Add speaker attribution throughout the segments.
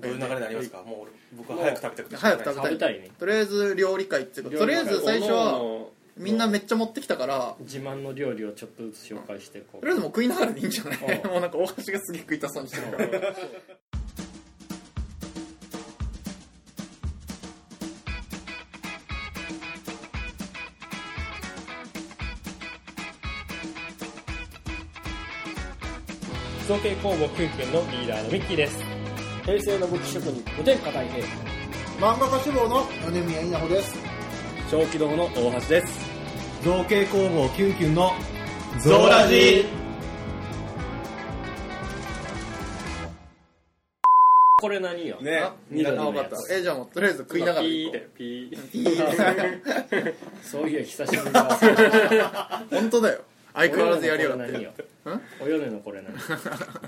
Speaker 1: どういう流れになりますか、もう俺僕は早く食べたくて
Speaker 2: 早く食
Speaker 3: 食べ
Speaker 2: べた
Speaker 3: た
Speaker 2: い
Speaker 3: いね
Speaker 2: とりあえず料理会っていうかとりあえず最初
Speaker 3: お
Speaker 2: は
Speaker 3: のおの
Speaker 2: みんなめっちゃ持ってきたから
Speaker 3: 自慢の料理をちょっとずつ紹介していことう
Speaker 2: りあえずもう食いながらでいいんじゃない
Speaker 3: うん
Speaker 2: もうなんか大橋がすげえ食いたそうにしてるから
Speaker 3: 造形工房くんくんのリーダーのミッキーです平成の武器職人おでんか大平
Speaker 4: 漫画家志望の米宮稲穂です
Speaker 3: 小規道の大橋です
Speaker 4: 造形工房キュンキュンの
Speaker 3: ゾーラジこれ何よ
Speaker 1: ね
Speaker 3: 二度
Speaker 2: あ
Speaker 3: の
Speaker 2: 分か
Speaker 3: や
Speaker 2: っ
Speaker 3: つ
Speaker 2: たえじゃあもうとりあえず食いながら行こ
Speaker 3: ピー
Speaker 2: ういいね
Speaker 3: そういう久しぶりだ
Speaker 2: 本当だよ相変わらずやりよがって
Speaker 3: およねのこれ何よ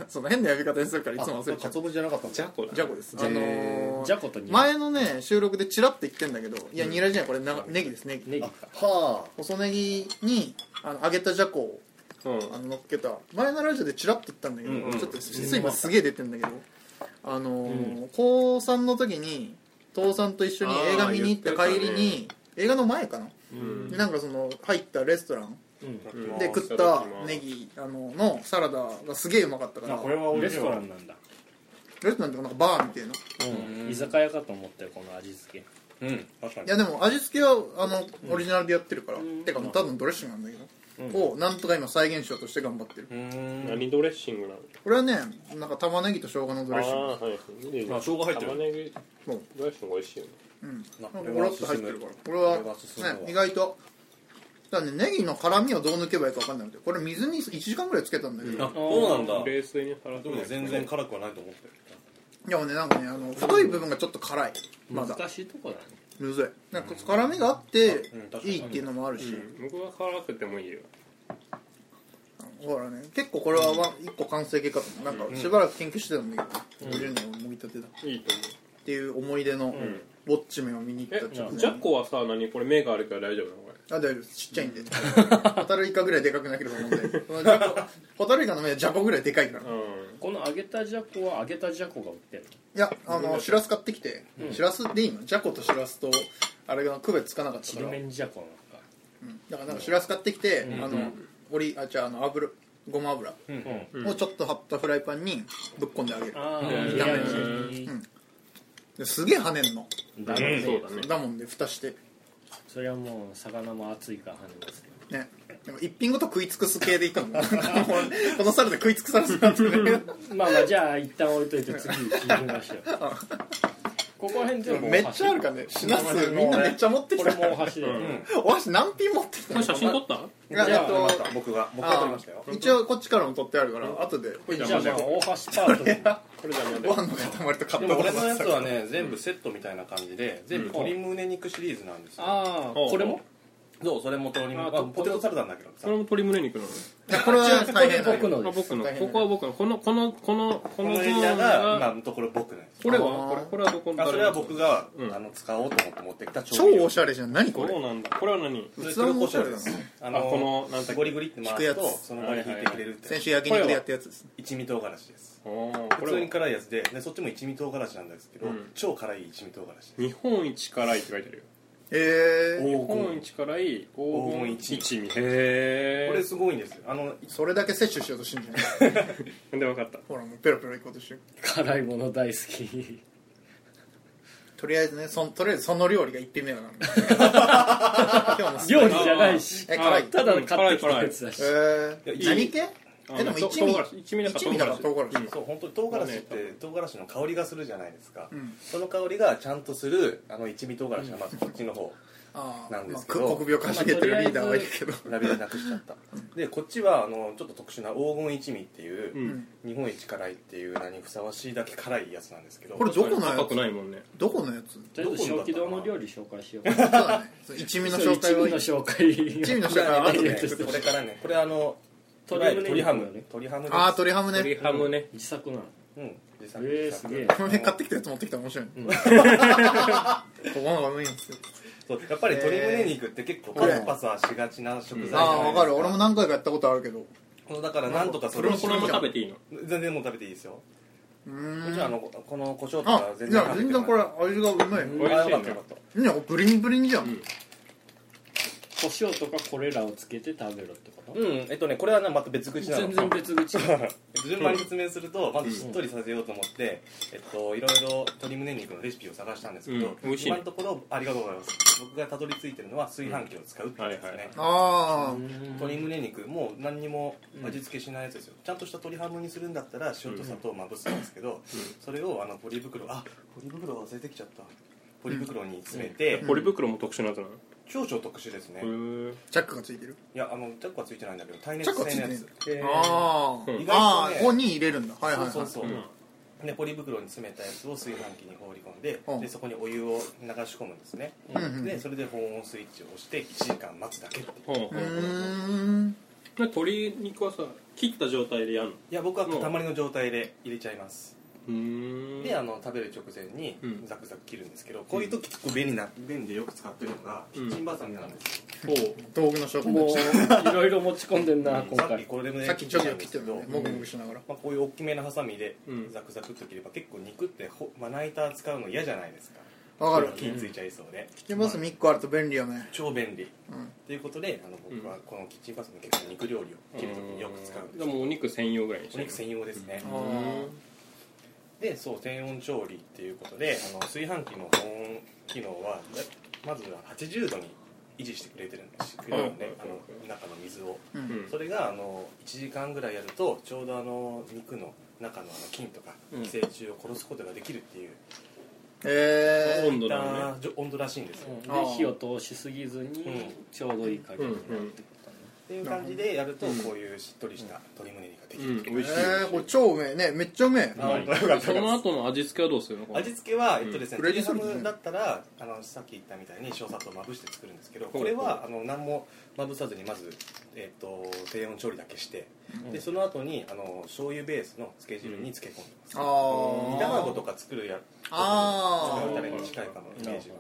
Speaker 2: その変な呼び方にするからいつも忘れちゃ
Speaker 4: か
Speaker 2: う
Speaker 4: つお節じゃなかったの
Speaker 1: じゃこだ
Speaker 2: ジャコですあ
Speaker 1: じゃ
Speaker 2: の
Speaker 3: およねのこれ何
Speaker 2: ー
Speaker 3: じゃことに
Speaker 2: 前のね収録でチラッと言ってんだけどいやニラじゃないこれ長ネギですネギ
Speaker 3: ネギか
Speaker 4: は
Speaker 2: 細ネギにあの揚げたじゃこを
Speaker 1: うん
Speaker 2: あの乗っけた前のラジオでチラッと言ったんだけど、
Speaker 1: うんうん
Speaker 2: ちょっと水分すげえ出てんだけど、あのー高3の時に父さんと一緒に映画見に行った帰りに、映画の前かな、
Speaker 1: ん
Speaker 2: でなんかその入ったレストラン
Speaker 3: うん
Speaker 2: で食ったネギあののサラダがすげえうまかったから
Speaker 4: あこれは美
Speaker 3: レ
Speaker 4: 味し
Speaker 3: ス
Speaker 4: い
Speaker 3: ト
Speaker 4: わ
Speaker 3: ランなんだ
Speaker 2: レストランとかなんかバーみたいない
Speaker 3: うん居酒屋かと思ったよこの味付け
Speaker 1: うん確かに
Speaker 2: やでも味付けはあのオリジナルでやってるから、てかもう多分ドレッシングなんだけど、をなんとか今再現しようとして頑張ってる、
Speaker 1: うん
Speaker 5: 何ドレッシングなの
Speaker 2: これはねなんか玉ねぎと生姜のドレッシング
Speaker 5: ああはい
Speaker 1: あ生姜入ってる
Speaker 5: 玉ねぎ
Speaker 2: そう
Speaker 5: ドレッシング美味しいよね
Speaker 2: うん、
Speaker 1: な
Speaker 2: なんかゴロッと入ってるからこれは
Speaker 1: これは進むわ
Speaker 2: ね、意外とだからねネギの辛みをどう抜けばいいか分かんないのでこれ水に1時間ぐらいつけたんだけど、
Speaker 1: あそうなんだ
Speaker 5: 冷水にさらす
Speaker 1: でもね全然辛くはないと思って
Speaker 2: でもねなんかねあの太い部分がちょっと辛いまだ
Speaker 3: 難しいとこだね
Speaker 2: むずいなんか辛みがあって
Speaker 1: うん確か
Speaker 2: い
Speaker 1: に
Speaker 2: いっていうのもあるし、
Speaker 5: 僕は辛くてもいいよ
Speaker 2: ほらね結構これは1個完成形かと思うなんかしばらく研究してたんだけど、50年をもぎ立てたっ
Speaker 5: いいと思う
Speaker 2: ていう思い出のウォッチメンを見に行った
Speaker 5: え
Speaker 2: っちゅうね
Speaker 5: ジャコはさ何これ目があるから大丈夫なのこ
Speaker 2: あ大丈夫ですちっちゃいんでホタルイカぐらいでかくなければ問題ないこのジャコホタルイカの目はジャコぐらいでかいから
Speaker 5: れうん
Speaker 3: この揚げたじゃこは揚げたじゃこが売ってる
Speaker 2: いやあのしらす買ってきて、しらすでいいのじゃことしらすとあれが区別つかなかった
Speaker 3: ち
Speaker 2: か
Speaker 3: り
Speaker 2: ら
Speaker 3: めんじゃこなのか
Speaker 2: だからなんかしらす買ってきて、あのオリあじゃああの油ごま油
Speaker 3: うん
Speaker 2: をちょっと張ったフライパンにぶっこんであげる、
Speaker 3: ああ
Speaker 5: うん
Speaker 3: いやいい
Speaker 2: ですげえ跳ねんの
Speaker 3: だろうね
Speaker 5: そうだね
Speaker 2: だもんで蓋して
Speaker 3: それはもう魚も熱いから跳ねますね
Speaker 2: ねでも一品ごと食い尽くす系でい くのもうこのサラダ食い尽くされそうになってくる
Speaker 3: まあまあじゃあ一旦置いといて次聞きましょうここら辺全部
Speaker 2: めっちゃある
Speaker 3: か
Speaker 2: からねしらすみんなめっちゃ持ってき
Speaker 3: こ
Speaker 2: た
Speaker 3: れもお箸で
Speaker 2: お箸何品持ってきたの
Speaker 5: った
Speaker 2: いや
Speaker 3: じゃあ
Speaker 2: えっ
Speaker 1: ま
Speaker 2: と
Speaker 1: た僕が僕が取りましたよ
Speaker 2: あー一応こっちからも取ってあるから後で
Speaker 3: じゃあまあ大橋パートで
Speaker 5: これじゃね
Speaker 2: ご飯の塊とカ
Speaker 1: で
Speaker 2: ット
Speaker 1: も
Speaker 2: ボール
Speaker 1: 俺のやつはね全部セットみたいな感じで全部鶏胸肉シリーズなんですよ
Speaker 3: ああこれも
Speaker 1: そうそれも鶏
Speaker 5: あ
Speaker 1: 肉
Speaker 5: と
Speaker 1: あポテトサラダなんだけど
Speaker 5: そ
Speaker 1: さ
Speaker 5: れも鶏胸肉なの
Speaker 2: いやこれは大変だ
Speaker 3: 僕
Speaker 2: よ
Speaker 3: の
Speaker 5: あ
Speaker 3: です
Speaker 5: 僕の
Speaker 2: 大変だ
Speaker 5: ここは僕のこのこのこのこ
Speaker 1: こ
Speaker 5: の
Speaker 1: の
Speaker 5: 部
Speaker 1: エ
Speaker 5: 分
Speaker 1: リアが
Speaker 5: が
Speaker 1: 今のところ僕のやつ
Speaker 5: これ
Speaker 2: あ
Speaker 5: はこれ
Speaker 2: ー
Speaker 5: これはどこ
Speaker 1: あそれは僕が
Speaker 5: うん
Speaker 1: あの使おうと思って持ってきた
Speaker 2: 超おしゃれじゃん何こ
Speaker 5: こ
Speaker 2: れ
Speaker 5: うなんだこれは何
Speaker 2: 器もおしゃれだな
Speaker 1: あ
Speaker 5: あ
Speaker 1: の
Speaker 5: このなんだっけ
Speaker 1: ゴリゴリって回すと
Speaker 2: 引くやつ
Speaker 1: その場で引いてくれるって
Speaker 2: 先週焼肉でやったやつですね
Speaker 1: 一味唐辛子です
Speaker 5: おーこ
Speaker 1: 普通
Speaker 5: れ
Speaker 1: に
Speaker 5: は
Speaker 1: 辛いやつででそっちも一味唐辛子なんですけど
Speaker 5: うん
Speaker 1: 超辛い一味唐辛子
Speaker 5: 日本一辛いって書いてあるよ
Speaker 2: えー、
Speaker 5: 日本一辛い黄金一味へえ
Speaker 1: これすごいんですよあの
Speaker 2: それだけ摂取しようとしてんじゃない
Speaker 5: で分かった
Speaker 2: ほらもうペロペロいこうとしてる
Speaker 3: 辛いもの大好き
Speaker 2: とりあえずねそんとりあえずその料理が一品目だ から今日もす
Speaker 3: 料理じゃないし
Speaker 2: え辛い
Speaker 3: ただ買ってきたやつだし
Speaker 2: えー
Speaker 1: いやいい
Speaker 2: 何系えでも一味
Speaker 5: 一味だから
Speaker 2: 一味だから唐辛子
Speaker 5: うん
Speaker 1: そう本当に唐辛子っ
Speaker 5: まあ
Speaker 1: て唐辛子の香りがするじゃないですか、
Speaker 2: ん
Speaker 1: その香りがちゃんとするあの一味唐辛子はまずこっちの方
Speaker 2: あー
Speaker 1: なんですけど
Speaker 2: まあ、国病かしげてるリーダーはいるけど、
Speaker 1: ラベルなくしちゃったでこっちはあのちょっと特殊な黄金一味っていう、
Speaker 5: うん
Speaker 1: 日本一辛いっていう名にふさわしいだけ辛いやつなんですけど
Speaker 2: これどこのや
Speaker 5: 高く
Speaker 2: つ
Speaker 5: ないもんね
Speaker 2: どこのやつそう
Speaker 3: とりあえず小気道の料理紹介しようか
Speaker 2: だねそう一味の紹介はいい
Speaker 3: 一味の紹介
Speaker 2: 一味の紹
Speaker 1: じ
Speaker 2: 介
Speaker 1: ゃあ
Speaker 2: は
Speaker 1: あ
Speaker 2: 後
Speaker 1: と
Speaker 2: で
Speaker 1: ねこれからねこれあのいわゆる鶏ハム鶏ハムです
Speaker 2: ああ鶏ハムね
Speaker 5: 鶏ハムね
Speaker 3: 自作なの
Speaker 1: うん自作
Speaker 3: えー
Speaker 1: 自作
Speaker 3: すげえ
Speaker 2: これ買ってきたやつ持ってきたら面白いね、
Speaker 3: うん
Speaker 2: ここのがメインですよ
Speaker 1: そうやっぱり鶏胸肉って結構パサパサしがちな食材じゃ
Speaker 2: ああ
Speaker 1: ない
Speaker 2: 分
Speaker 1: で
Speaker 2: か
Speaker 1: す
Speaker 2: る俺も何回かやったことあるけど
Speaker 1: だからなんとかそ
Speaker 5: こ
Speaker 1: れ
Speaker 5: れ
Speaker 1: を
Speaker 5: もこれも食べていいの
Speaker 1: 全然もう食べていいですよ
Speaker 2: ーん
Speaker 1: じゃああのこの胡椒と
Speaker 2: あ
Speaker 1: か
Speaker 2: いや全然これ
Speaker 1: あ
Speaker 2: 味がうまい、
Speaker 5: 美味
Speaker 1: よ
Speaker 5: しい
Speaker 1: かっ
Speaker 5: ね
Speaker 1: たよかった
Speaker 2: いやブリンブリンじゃん、
Speaker 5: うん
Speaker 3: 胡椒とかこれらをつけて食べろってこと
Speaker 1: うんえっとねこれはねまた別口なの
Speaker 3: 全然別口
Speaker 1: 順番に説明するとまずしっとりさせようと思って、えっと、いろいろ鶏胸肉のレシピを探したんですけど、
Speaker 5: うん美味しいね
Speaker 1: 今のところありがとうございます僕がたどり着いてるのは炊飯器を使うってやつですね、
Speaker 5: うんはいはい
Speaker 2: ああ
Speaker 1: 鶏胸肉もう何にも味付けしないやつですよ、ちゃんとした鶏ハムにするんだったら塩と砂糖をまぶすんですけど、それをあのポリ袋あポリ袋忘れてきちゃったポリ袋に詰めて、
Speaker 5: ポリ袋も特殊なやつなの
Speaker 1: 少々特殊ですね、い
Speaker 5: へ
Speaker 2: チャックがついてる
Speaker 1: やあのジャックはついてないんだけど耐熱
Speaker 2: チャックはつ
Speaker 1: 性
Speaker 2: い
Speaker 1: の
Speaker 2: て
Speaker 1: や
Speaker 2: る
Speaker 1: つ
Speaker 5: え
Speaker 2: あー、
Speaker 5: うん
Speaker 1: 意
Speaker 2: あ
Speaker 1: 外と
Speaker 2: あ
Speaker 1: ね
Speaker 2: ここに入れるんだはいはい、はい、
Speaker 1: そうそうそう、
Speaker 5: うん
Speaker 1: でポリ袋に詰めたやつを炊飯器に放り込んで,、
Speaker 2: うん
Speaker 1: でそこにお湯を流し込むんですね、
Speaker 2: うんうん
Speaker 1: でそれで保温スイッチを押して1時間待つだけっていう
Speaker 5: ほうほ
Speaker 2: う
Speaker 5: う
Speaker 2: ーん
Speaker 5: で鶏肉はさ切った状態でやんの
Speaker 1: いや僕は塊の状態で入れちゃいます、
Speaker 5: うーん
Speaker 1: であの食べる直前に
Speaker 5: うん
Speaker 1: ザクザク切るんですけど、こういう時結構便利な便利でよく使ってるのがキッチンバサミなんですよ、
Speaker 5: ほう
Speaker 2: 道具の紹介
Speaker 3: も
Speaker 2: も
Speaker 3: ういろいろ持ち込んでんな今
Speaker 1: さっき
Speaker 3: 回
Speaker 1: これで
Speaker 2: さっきジョギを切っ
Speaker 1: た
Speaker 2: てる
Speaker 1: ん
Speaker 2: のね
Speaker 1: ですけど
Speaker 2: もぐもぐしながら
Speaker 1: まあ、こういう大きめのハサミで
Speaker 5: うん
Speaker 1: ザクザクっと切れば結構肉ってほまな板使うの嫌じゃないですか
Speaker 2: わかる
Speaker 1: 筋ついちゃいそうで
Speaker 2: キッチンバスミ1個あると便利よね
Speaker 1: 超便利
Speaker 2: うん
Speaker 1: ということであの僕はこのキッチンバサミ結構肉料理を切るときによく使うんです
Speaker 5: でもお肉専用ぐらいにし
Speaker 1: お
Speaker 5: てる
Speaker 1: 肉専用ですね
Speaker 2: あー
Speaker 1: でそう低温調理っていうことであの炊飯器の保温機能はまずは80度に維持してくれてるんですくれるんであの中の水を
Speaker 2: う
Speaker 5: うん
Speaker 1: それがあの1時間ぐらいやるとちょうどあの肉の中のあの菌とか
Speaker 5: うん
Speaker 1: 寄生虫を殺すことができるっていう、
Speaker 2: えー
Speaker 5: 温度
Speaker 1: だ
Speaker 5: なのね
Speaker 1: じょ温度らしいんですよ、
Speaker 3: で
Speaker 2: あー
Speaker 3: 火を通しすぎずに
Speaker 1: うん
Speaker 3: ちょうどいい加減になるってことね
Speaker 1: っていう感じでやるとこういうしっとりした鶏胸肉ができ
Speaker 5: う
Speaker 1: る、
Speaker 5: ん美味しい
Speaker 2: えー、これ超うめえねめっちゃうめえ
Speaker 1: あ本当よかった
Speaker 5: そ
Speaker 1: よ
Speaker 5: の
Speaker 1: かっ
Speaker 5: 後の味付けはどうするの
Speaker 1: た味付けは、えっとですね、
Speaker 2: うんクレ
Speaker 1: 鶏
Speaker 2: ジ
Speaker 1: ハ
Speaker 2: スですね
Speaker 1: ムだったらあのさっき言ったみたいに塩砂糖をまぶして作るんですけど
Speaker 5: ほう
Speaker 1: これはあの何もまぶさずにまず、えっと、低温調理だけしてでその後にあの醤油ベースの漬け汁に漬け込んでます、
Speaker 2: あ
Speaker 1: 煮
Speaker 2: あ
Speaker 1: 卵とか作るや
Speaker 2: あ
Speaker 1: 使う
Speaker 2: ー
Speaker 1: ために近いかもイメージは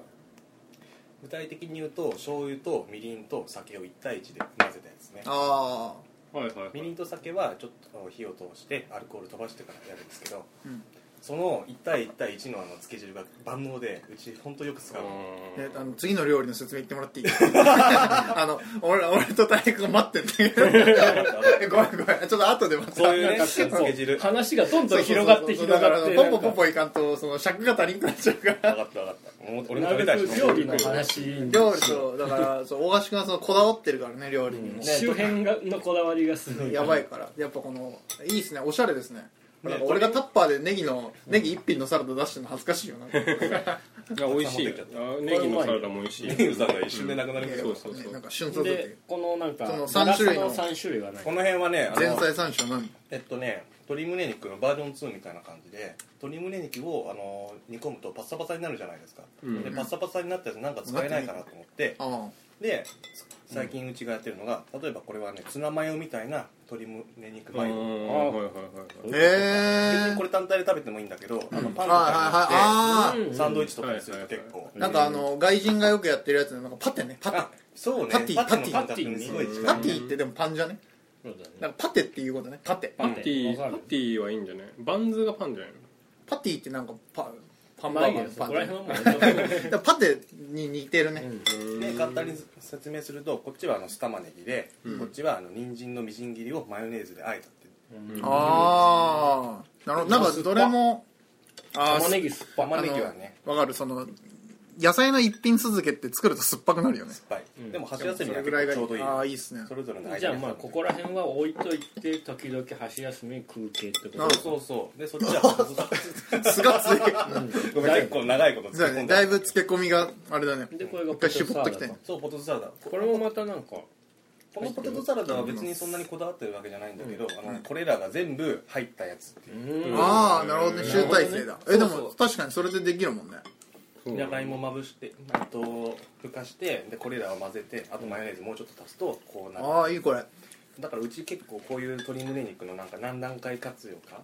Speaker 1: 具体的に言うと醤油とみりんと酒を1対1で混ぜたやつね
Speaker 2: あ
Speaker 5: はいはいはい
Speaker 1: みりんと酒はちょっと火を通してアルコール飛ばしてからやるんですけど
Speaker 2: ーうん
Speaker 1: その1対1対1のあの漬け汁が万能でうち本当よく使う
Speaker 2: えあの次の料理の説明言ってもらっていい あの俺俺と大陸が待っててごめんごめんちょっと後でまた
Speaker 1: そういう
Speaker 3: なん
Speaker 1: ね
Speaker 3: か
Speaker 1: つ
Speaker 3: そう
Speaker 1: け汁分か
Speaker 3: 話がどんど
Speaker 2: そ
Speaker 3: ん
Speaker 2: うそうそう
Speaker 3: 広がって広がっ
Speaker 2: だ
Speaker 3: て
Speaker 2: からポンポポ
Speaker 3: なん
Speaker 2: ン
Speaker 3: か
Speaker 2: ポンいかんとその尺が足りんくなっちゃうから
Speaker 1: った分かったもう俺も
Speaker 3: な
Speaker 1: 食べ
Speaker 3: る
Speaker 1: たいし
Speaker 3: べく料理
Speaker 1: ね
Speaker 3: の話に
Speaker 2: 料理とだからそう大橋君はそのこだわってるからね料理にも、
Speaker 3: 周辺がのこだわりがすごい
Speaker 2: やばいからやっぱこのいいですねおしゃれですねなんか俺がタッパーでネギのネギ一品のサラダ出してるの恥ずかしいよなんか
Speaker 5: いや美味しいよあネギのサラダも美味 しい
Speaker 1: メニューさんが一瞬でなくなるけど
Speaker 5: そうそうそう
Speaker 2: なんか瞬殺だって
Speaker 3: でこのなんか
Speaker 2: その
Speaker 3: ガ
Speaker 2: 三
Speaker 3: ラス
Speaker 2: 種類の
Speaker 3: の3種類はない
Speaker 1: この辺はねあ
Speaker 2: 前
Speaker 1: の
Speaker 2: 菜三種は何
Speaker 1: えっとね鶏胸肉のバージョン2みたいな感じで鶏胸肉をあの煮込むとパッサパサになるじゃないですか、
Speaker 5: うん
Speaker 1: でパッサパサになったやつなんか使えないかなと思って
Speaker 2: あ
Speaker 1: で最近うちがやってるのが例えばこれはねツナマヨみたいな鶏胸肉
Speaker 5: あ
Speaker 1: マヨ
Speaker 5: ー
Speaker 3: あー
Speaker 5: はいはいはいはい
Speaker 2: あへ
Speaker 1: 別
Speaker 2: え
Speaker 1: にこれ単体で食べてもいいんだけど、あのパンと
Speaker 2: はい
Speaker 1: か
Speaker 2: はいはいあ
Speaker 1: にしてサンドイッチとかにすると結
Speaker 5: はい
Speaker 1: 構、
Speaker 2: ーなんかあの外人がよくやってるやつねなんかパテねパテ
Speaker 1: あそうね
Speaker 2: パティ
Speaker 1: の感覚にすごい近
Speaker 2: パ
Speaker 1: い
Speaker 2: ティってでもパンじゃね
Speaker 3: そうだ
Speaker 2: な
Speaker 3: ね
Speaker 2: んかパテっていうことねパテ
Speaker 5: パティ
Speaker 3: わか
Speaker 5: パ
Speaker 3: る
Speaker 5: ティはいいんじゃないバンズがパンじゃない
Speaker 2: パティってなんかパパンバ
Speaker 3: まあい
Speaker 2: ー
Speaker 3: い
Speaker 2: ガー
Speaker 3: や
Speaker 2: の
Speaker 3: そ
Speaker 2: パン
Speaker 3: こ
Speaker 2: じ
Speaker 3: ら
Speaker 2: ゃねだか
Speaker 3: 辺はもう
Speaker 2: らパテに似てるね
Speaker 1: ね、簡単に説明するとこっちはあの酢玉ねぎで、こっちはあの人参のみじん切りをマヨネーズであえたって
Speaker 2: ああなるほどなんかどれもあ
Speaker 3: 玉ね
Speaker 2: ー
Speaker 3: ぎ酸っぱ
Speaker 1: 玉ねぎはね
Speaker 2: わかるその野菜の一品続けって作ると酸っぱくなるよね
Speaker 1: 酸っぱい、
Speaker 5: ん
Speaker 1: でも
Speaker 2: そ
Speaker 1: 箸
Speaker 2: れ
Speaker 1: 休みが
Speaker 2: ぐらいが
Speaker 1: ちょうどいい
Speaker 2: ああいいっすね
Speaker 1: それぞれの間
Speaker 3: じゃあまあここら辺は置いといて時々箸休みに食う系ってこ
Speaker 2: なる
Speaker 3: と
Speaker 1: そうそうでそっちは
Speaker 2: 酢がつい
Speaker 1: ごめん結構長いこと突
Speaker 2: そうだ
Speaker 1: っ
Speaker 2: ね
Speaker 1: 込ん
Speaker 2: だ
Speaker 1: だ
Speaker 2: いぶ漬け込みがあれだね
Speaker 3: でこれが
Speaker 2: 一回絞っときたい
Speaker 3: ポテトサラダ
Speaker 2: ね
Speaker 3: と
Speaker 1: そうポテトサラダ
Speaker 3: これもまたなんか
Speaker 1: このポテトサラダは別にそんなにこだわってるわけじゃないんだけど、あのこれらが全部入ったやつっていう
Speaker 2: ああなるほどね集大成だ
Speaker 1: う
Speaker 2: え
Speaker 1: ん
Speaker 2: で
Speaker 1: そうそ
Speaker 2: も
Speaker 1: う
Speaker 2: 確かにそれでできるもんね
Speaker 1: じゃがいもまぶしてあとふかしてでこれらを混ぜてあとマヨネーズもうちょっと足すとこうなる
Speaker 2: ああいいこれ
Speaker 1: だからうち結構こういう鶏胸肉のなんか何段階活用か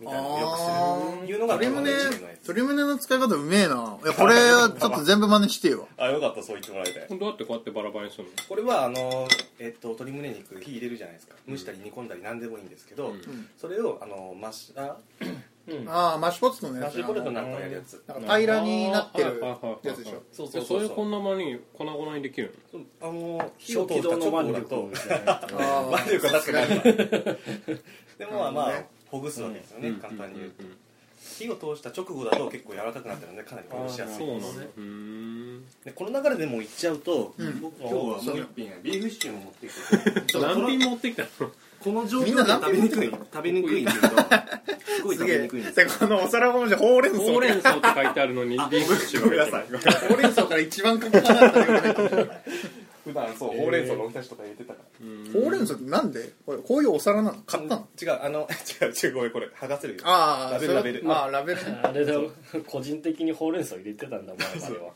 Speaker 1: みたいなのをよくするいうのが
Speaker 2: 鶏胸
Speaker 1: この一部のやつ
Speaker 2: 鶏胸の使い方うめえないやこれはちょっと全部真似してよ
Speaker 1: あよかったそう言ってもらいたい
Speaker 5: どうやってこうやってバラバラにするの
Speaker 1: これはあの、えっと、鶏胸肉火入れるじゃないですか蒸したり煮込んだり何でもいいんですけど、
Speaker 5: うん
Speaker 1: それをあのマッシャー
Speaker 5: うん
Speaker 2: ああマッシュポテトのや
Speaker 1: マッ
Speaker 2: つ
Speaker 1: シュポテトなんかやるやつ
Speaker 2: なんか平らになってるやつでしょ
Speaker 1: そう
Speaker 5: え
Speaker 1: そう
Speaker 5: そ
Speaker 1: そう
Speaker 5: れ
Speaker 1: そ
Speaker 5: こ
Speaker 1: うん
Speaker 5: な間に粉々にできる
Speaker 1: あの火を
Speaker 3: 小
Speaker 1: 通し
Speaker 3: 気
Speaker 1: た
Speaker 3: 道の
Speaker 1: 直
Speaker 3: 万
Speaker 1: 後だ
Speaker 3: 力
Speaker 1: と
Speaker 3: み たいな
Speaker 2: あ
Speaker 1: マ
Speaker 2: あ
Speaker 1: ジで確かにあるわ でもまあまあ
Speaker 2: なるほどね
Speaker 1: ほぐすわけですよね、
Speaker 5: うん
Speaker 1: 簡単に言うと、
Speaker 5: んん
Speaker 1: 火を通した直後だと結構柔らかくなってるのでかなりほぐしやすい
Speaker 5: そうなんだ
Speaker 1: です
Speaker 5: うーん
Speaker 1: でこの流れでもういっちゃうと、
Speaker 2: うん
Speaker 1: 僕今日はもう一品ビーフシチューを持ってきてちょっとこの
Speaker 5: 何品持ってき たの
Speaker 1: この状
Speaker 2: みん
Speaker 1: 況
Speaker 2: な
Speaker 1: で
Speaker 2: 何
Speaker 1: 食べ
Speaker 2: 品持
Speaker 1: に
Speaker 2: ってく
Speaker 1: く
Speaker 2: る
Speaker 1: い食べにくいんです けどすごい
Speaker 2: す
Speaker 1: 食
Speaker 2: げ
Speaker 1: べ
Speaker 2: え
Speaker 1: にくいんです
Speaker 2: でこのお皿ごもじほうれん草
Speaker 5: ほうれん草って書いてあるのにビーフシチュー
Speaker 1: ごめんなさい
Speaker 2: ほうれん草から一番かっこよかったよね
Speaker 1: 普段そうほうれん草のおひたしとか入れてたから
Speaker 2: ほうれん草ってなんでこれこういうお皿なの買ったの
Speaker 1: 違うあの 違う違うごめんこれ剥がせるよ
Speaker 2: ああ
Speaker 1: ラベル
Speaker 2: それ
Speaker 1: ラベル
Speaker 2: ああラベルね
Speaker 3: あれだろ個人的にほうれん草入れてたんだもんあれは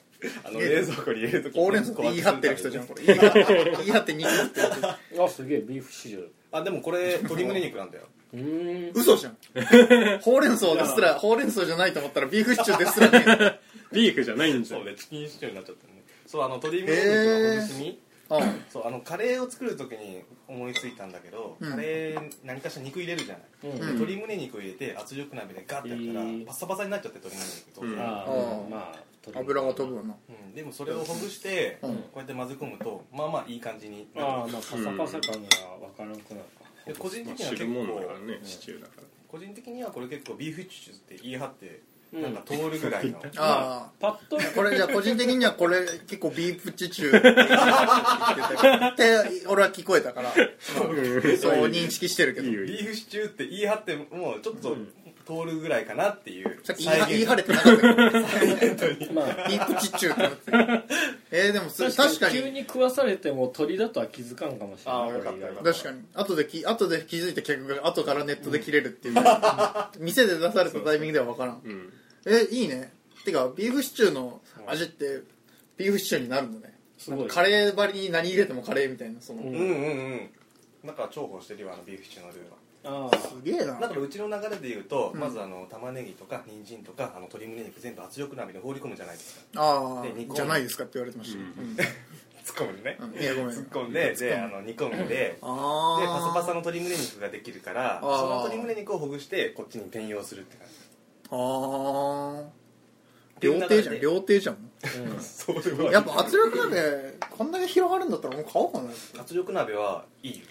Speaker 1: あの冷蔵庫に入れるとき
Speaker 2: ほうれん草って言い張ってる人じゃんこれ言い張って言い張って肉食ってる人
Speaker 3: あすげえビーフシチュー
Speaker 1: あでもこれ鶏胸肉なんだよ
Speaker 3: うーん
Speaker 2: 嘘じゃん ほうれん草ですらほうれん草じゃないと思ったらビーフシチューですら ね
Speaker 5: ビーフじゃないんじゃ
Speaker 1: そうんねチキンシチューになっちゃったねそうあの鶏胸肉のほぐし身
Speaker 2: うん
Speaker 1: そうあのカレーを作るときに思いついたんだけど、
Speaker 2: うん
Speaker 1: カレー何かしら肉入れるじゃない、
Speaker 3: うん
Speaker 1: で鶏胸肉を入れて圧力鍋でガッてやったら、
Speaker 3: うん
Speaker 1: パッサパサになっちゃって鶏胸肉と、
Speaker 5: うん
Speaker 2: あ
Speaker 3: ああまあ鶏
Speaker 2: 油が飛ぶわな
Speaker 1: うんでもそれをほぐして、
Speaker 2: うん
Speaker 1: こうやって混ぜ込むとまあまあいい感じになる
Speaker 3: ああまあパサパサ感がわからなくなるか
Speaker 1: で個人
Speaker 5: まあ
Speaker 1: 的には結
Speaker 5: 汁物だから
Speaker 1: 構
Speaker 5: ねシチューだから
Speaker 1: 個人的にはこれ結構ビーフシチューって言い張って、
Speaker 3: うん
Speaker 1: なんか通るぐらい の
Speaker 2: あ
Speaker 3: パッと
Speaker 2: あこれじゃあ個人的にはこれ結構ビーフシチュ ーって俺は聞こえたからそう認識してるけ
Speaker 5: いいよ
Speaker 2: ど
Speaker 5: いい
Speaker 1: ビ
Speaker 5: よ
Speaker 1: ーフシチューって言い張ってもうちょっと通るぐらいかなっていう
Speaker 2: さっき言い言い張
Speaker 1: れ
Speaker 2: れてなかったけど
Speaker 3: まあ
Speaker 2: ビーフシチューってなってるえ ー、でもそれ確かに
Speaker 3: 急に食わされても鳥だとは気づかんかもしれ
Speaker 1: あ
Speaker 3: ない
Speaker 1: ーよかったよかった
Speaker 2: 確かに後でき後で気づいた客が後からネットで切れる っていう、店で出されたタイミングでは分からん
Speaker 5: うん
Speaker 2: えいいねてかビーフシチューの味ってビーフシチューになるのね
Speaker 3: すごい
Speaker 2: カレーばりに何入れてもカレーみたいなその、
Speaker 3: う
Speaker 1: うんうんうんなんか重宝してるよあのビーフシチューのルーは
Speaker 3: あ
Speaker 2: すげえな
Speaker 1: だからうちの流れで言うと、まずあの玉ねぎとか人参とかあの鶏胸肉全部圧力鍋に放り込むじゃないですか
Speaker 2: ああ
Speaker 1: で煮込む
Speaker 2: じゃないですかって言われてました、うん
Speaker 1: 突っ込むね
Speaker 2: うんいやごめん
Speaker 1: 突っ込んでであの煮込んで
Speaker 2: ああ
Speaker 1: でパサパサの鶏胸肉ができるから
Speaker 2: あー
Speaker 1: その鶏胸肉をほぐしてこっちに転用するって感じ
Speaker 2: ああ料亭じゃん料亭じゃん
Speaker 1: そうでも
Speaker 2: やっぱ圧力鍋こんだけ広がるんだったらもう買おうかな
Speaker 1: 圧力鍋はいいよ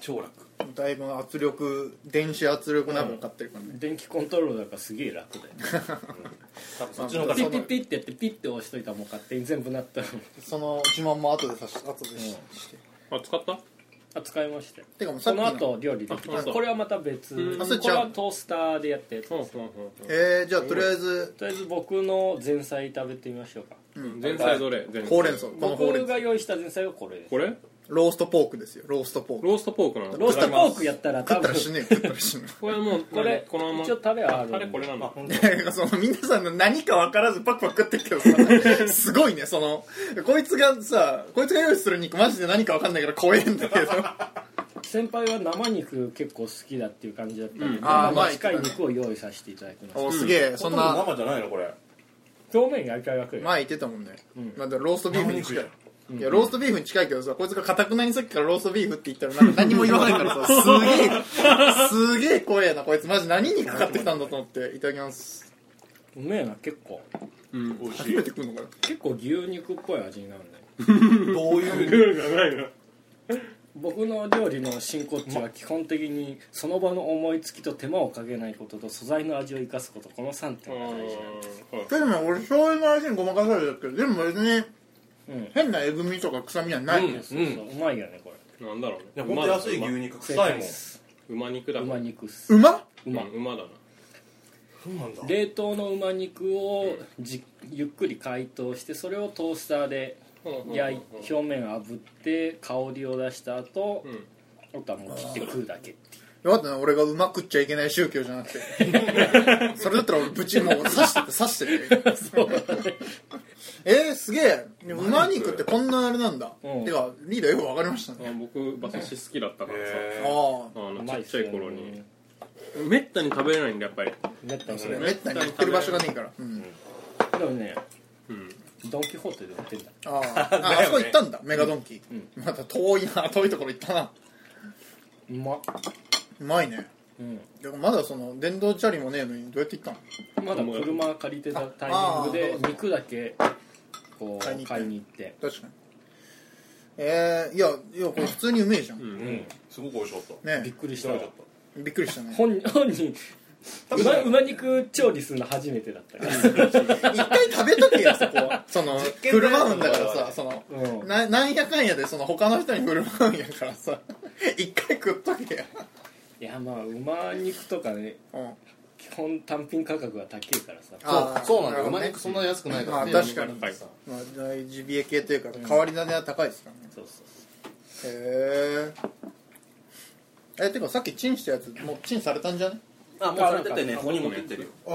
Speaker 1: 超楽
Speaker 2: だいぶ圧力電子圧力鍋を買ってるからね、
Speaker 3: 電気コントロールだからすげえ楽だよね
Speaker 1: 多分そっちの方が
Speaker 2: あ
Speaker 3: ピ
Speaker 2: そ
Speaker 3: ッ
Speaker 2: う
Speaker 3: ピッピッってやってピッて押しといたらもう勝手に全部なったの
Speaker 2: その自慢も後でさし後でし,、
Speaker 3: う
Speaker 2: して
Speaker 5: あ使った
Speaker 3: あ使いましたよ
Speaker 2: てかもうさ
Speaker 3: そ
Speaker 2: っき
Speaker 3: の
Speaker 2: の
Speaker 3: 後料理でき
Speaker 5: あ
Speaker 3: た
Speaker 5: そう
Speaker 3: これはまた別
Speaker 5: うん
Speaker 2: あそれ
Speaker 3: こ
Speaker 2: ちゃ
Speaker 3: れ
Speaker 2: う
Speaker 3: はトースターでやって
Speaker 5: うんうん
Speaker 3: と
Speaker 5: うん
Speaker 2: えー、じゃあとりあえず、
Speaker 3: りあえず僕の前菜食べてみましょうか
Speaker 5: うん前菜どれ前菜
Speaker 2: ほうれん草このほうれ
Speaker 3: 僕
Speaker 2: ん草
Speaker 3: が用意した前菜はこれです
Speaker 5: これ
Speaker 2: ローストポークですよローストポーク
Speaker 5: ローストポークなの
Speaker 3: ローストポークやったら
Speaker 2: 食
Speaker 3: 多
Speaker 2: った
Speaker 3: 分
Speaker 2: ら死ねよ食ったら死ぬ
Speaker 5: これはもう
Speaker 3: これ
Speaker 5: このまま
Speaker 3: 一応タレはあるんで
Speaker 5: タレこれなんだ
Speaker 1: 本当
Speaker 2: その皆さんの何か分からずパクパク食ってるけどさすごいねそのこいつがさこいつが用意する肉マジで何か分かんないから怖えんだけど
Speaker 3: 先輩は生肉結構好きだっていう感じだったんで、
Speaker 5: うん
Speaker 2: あーまあ
Speaker 3: 近い肉を用意させていただきました
Speaker 2: おすげえ、そんな
Speaker 1: 生じゃないのこれ
Speaker 3: 表面焼いただけで、
Speaker 2: 前言ってたもんね、
Speaker 3: ん
Speaker 2: まあ、ローストビーフに近い
Speaker 1: 生
Speaker 2: いやローストビーフに近いけどさこいつがかたくなにさっきからローストビーフって言ったらなんか何も言わないからさすげえすげえ怖えなこいつマジ何にかかってきたんだと思っていただきます
Speaker 3: うめえな結構
Speaker 5: うん美味
Speaker 2: 初めて食うのかな
Speaker 3: 結構牛肉っぽい味になるね
Speaker 1: どういう
Speaker 5: ルールがないな
Speaker 3: 僕の料理の真骨頂は基本的にその場の思いつきと手間をかけないことと素材の味を生かすことこの3点が大事
Speaker 5: う
Speaker 2: でも俺醤油の味にごまかされてるけどでも別に
Speaker 3: なんだ
Speaker 2: 変なえぐみとか臭みはない
Speaker 3: うん、
Speaker 2: で
Speaker 3: う
Speaker 2: す、
Speaker 3: そうそううまいよねこれ
Speaker 5: んなんだろうね
Speaker 1: いや本当安い牛
Speaker 5: 馬
Speaker 1: 肉臭
Speaker 3: 正
Speaker 1: い
Speaker 3: 解
Speaker 1: もん
Speaker 3: です
Speaker 5: 馬肉だ
Speaker 3: うま
Speaker 5: う
Speaker 3: 肉っす
Speaker 2: うまっ
Speaker 3: うま
Speaker 5: ん馬だな
Speaker 1: そうなんだ
Speaker 3: 冷凍のうま肉をじゆっくり解凍してそれをトースターで焼い表面炙って香りを出した後
Speaker 5: うん
Speaker 3: あとはもう切って食うだけっていう
Speaker 2: よかったな俺がうまくっちゃいけない宗教じゃなくてそれだったら俺ぶちもう刺してて刺しててえー、すげえでも馬肉ってこんなあれなんだ、
Speaker 3: うん
Speaker 2: てかリーダーよく分かりましたね
Speaker 5: あ僕馬刺し好きだったからさ
Speaker 2: あ
Speaker 1: へ
Speaker 2: あ
Speaker 5: あの
Speaker 3: う
Speaker 5: ち
Speaker 3: まい
Speaker 5: っ
Speaker 3: っ
Speaker 5: ち
Speaker 3: す
Speaker 5: ゃ
Speaker 3: よ
Speaker 5: い頃にめったに食べれないんだやっぱり
Speaker 3: めったにそ
Speaker 2: それ
Speaker 3: れ
Speaker 2: めったに売ってる場所がねえから、うん、
Speaker 3: でもね
Speaker 5: うん
Speaker 3: ドン・キホーテで売ってんだ
Speaker 2: ああああそこ行ったんだメガドンキ、また遠いな遠いところ行ったな
Speaker 3: うまっ
Speaker 2: うまいね
Speaker 3: うん、
Speaker 2: でもまだその電動チャリもねえのにどうやって行ったの
Speaker 3: まだ車借りてたタイミング
Speaker 2: ああ
Speaker 3: で
Speaker 2: ー
Speaker 3: 肉だけこ
Speaker 2: 買いに行って
Speaker 3: う買いに行って
Speaker 2: 確かにえー、いやいやこれ普通にうめえじゃん、
Speaker 5: うん
Speaker 1: うんすごく美味しかった
Speaker 3: びっ
Speaker 2: ね
Speaker 3: くりし
Speaker 1: 知
Speaker 3: た
Speaker 1: ら
Speaker 3: わ
Speaker 1: なかっ
Speaker 2: びっくりしたね
Speaker 3: 本本人馬馬肉調理するの初めてだったから
Speaker 2: 一回食べとけよそこは その
Speaker 1: 験
Speaker 2: 振
Speaker 1: だよ
Speaker 2: る舞うんだからさその、
Speaker 3: うん
Speaker 2: ななんやかんやでその他の人に振る舞うんやからさ 一回食っとけよ、
Speaker 3: いやまあ馬肉とかね
Speaker 2: うん、
Speaker 3: 基本単品価格が高いからさ
Speaker 2: あー
Speaker 6: そうなんだよ
Speaker 2: るほ
Speaker 6: 馬
Speaker 2: どね
Speaker 6: 肉そんな安くないからね
Speaker 2: まあ確かに
Speaker 6: 馬肉さ
Speaker 2: まあ、ジビエ系というか変わり種は高いですからね、
Speaker 3: そうそう
Speaker 2: へええてかさっきチンしたやつもうチンされたんじゃね
Speaker 1: たあもうされててねここに持ってってるよ
Speaker 2: うん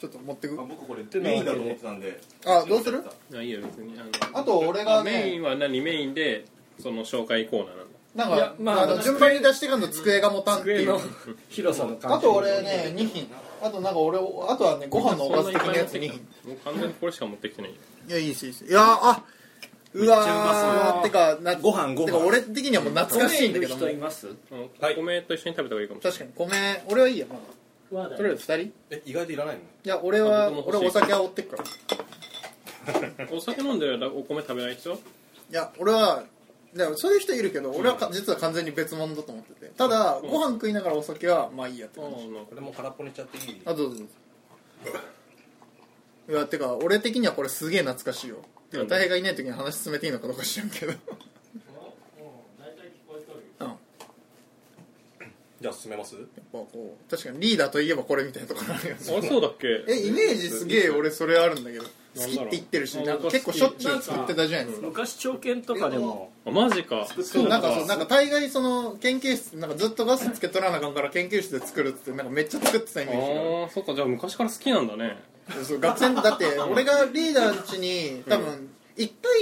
Speaker 2: ちょっと持ってく
Speaker 1: あ僕これメインだと思ってたんで
Speaker 2: あどうする
Speaker 5: あいいよ別にあの
Speaker 2: あと俺がね
Speaker 5: あメインは何メインでその紹介コーナーなんだ
Speaker 2: なんか
Speaker 3: いや、まあ
Speaker 2: あの、順番に出していかんの机が持たんって
Speaker 3: 机
Speaker 2: いう
Speaker 3: の広さの感じ
Speaker 2: あと俺ね2品あとなんか俺あとはねご飯のおかず的なやつ2
Speaker 5: に
Speaker 2: 品
Speaker 5: もう完全にこれしか持ってきてないよ
Speaker 2: いやいいですいいですいやーあうわ
Speaker 1: めっちゃうまそ
Speaker 2: ー
Speaker 1: う
Speaker 2: てかな
Speaker 1: ご飯ご飯
Speaker 2: てか俺的にはもう懐かしいんだけども
Speaker 3: 人います
Speaker 5: うん
Speaker 1: はい
Speaker 5: 米と一緒に食べた方がいいかもしれ
Speaker 2: 確かに米俺はいいやまだとりあえず2人い
Speaker 1: え意外といらないの
Speaker 2: や俺は
Speaker 5: あ僕も欲
Speaker 2: 俺
Speaker 5: しい
Speaker 2: お酒は追ってくからい
Speaker 5: ないお酒飲んでる間お米食べない人
Speaker 2: や俺はだからそういう人いるけど俺はか実は完全に別物だと思っててただご飯食いながらお酒はまあいいやって
Speaker 5: あ
Speaker 2: 感じ
Speaker 5: の
Speaker 1: これもう空っぽにしちゃっていい
Speaker 2: あどうぞどうぞいやてか俺的にはこれすげえ懐かしいよてか
Speaker 5: うん
Speaker 2: 大平がいない時に話進めていいのかどうか知らんけどうんやっ
Speaker 1: じゃあ進めます
Speaker 2: ぱこう確かにリーダーといえばこれみたいなところあるよね
Speaker 5: あれそうだっけ
Speaker 2: えイメージすげえ俺それあるんだけど好
Speaker 5: なん
Speaker 2: き
Speaker 5: だ
Speaker 2: っ
Speaker 5: ろう
Speaker 2: て言ってるしなん
Speaker 5: なん
Speaker 2: か
Speaker 5: か
Speaker 2: 結構しょっちゅう作ってたじゃないですか
Speaker 3: 昔長券とかでも
Speaker 5: あマジか
Speaker 2: そうなんかそうなんか大概その研究室なんかずっとガスつけとらなあかんから研究室で作るっつってなんかめっちゃ作ってたイ
Speaker 5: あ
Speaker 2: メージがある
Speaker 5: ーそっかじゃあ昔から好きなんだね
Speaker 2: そう学生だ って俺がリーダー家に多分一回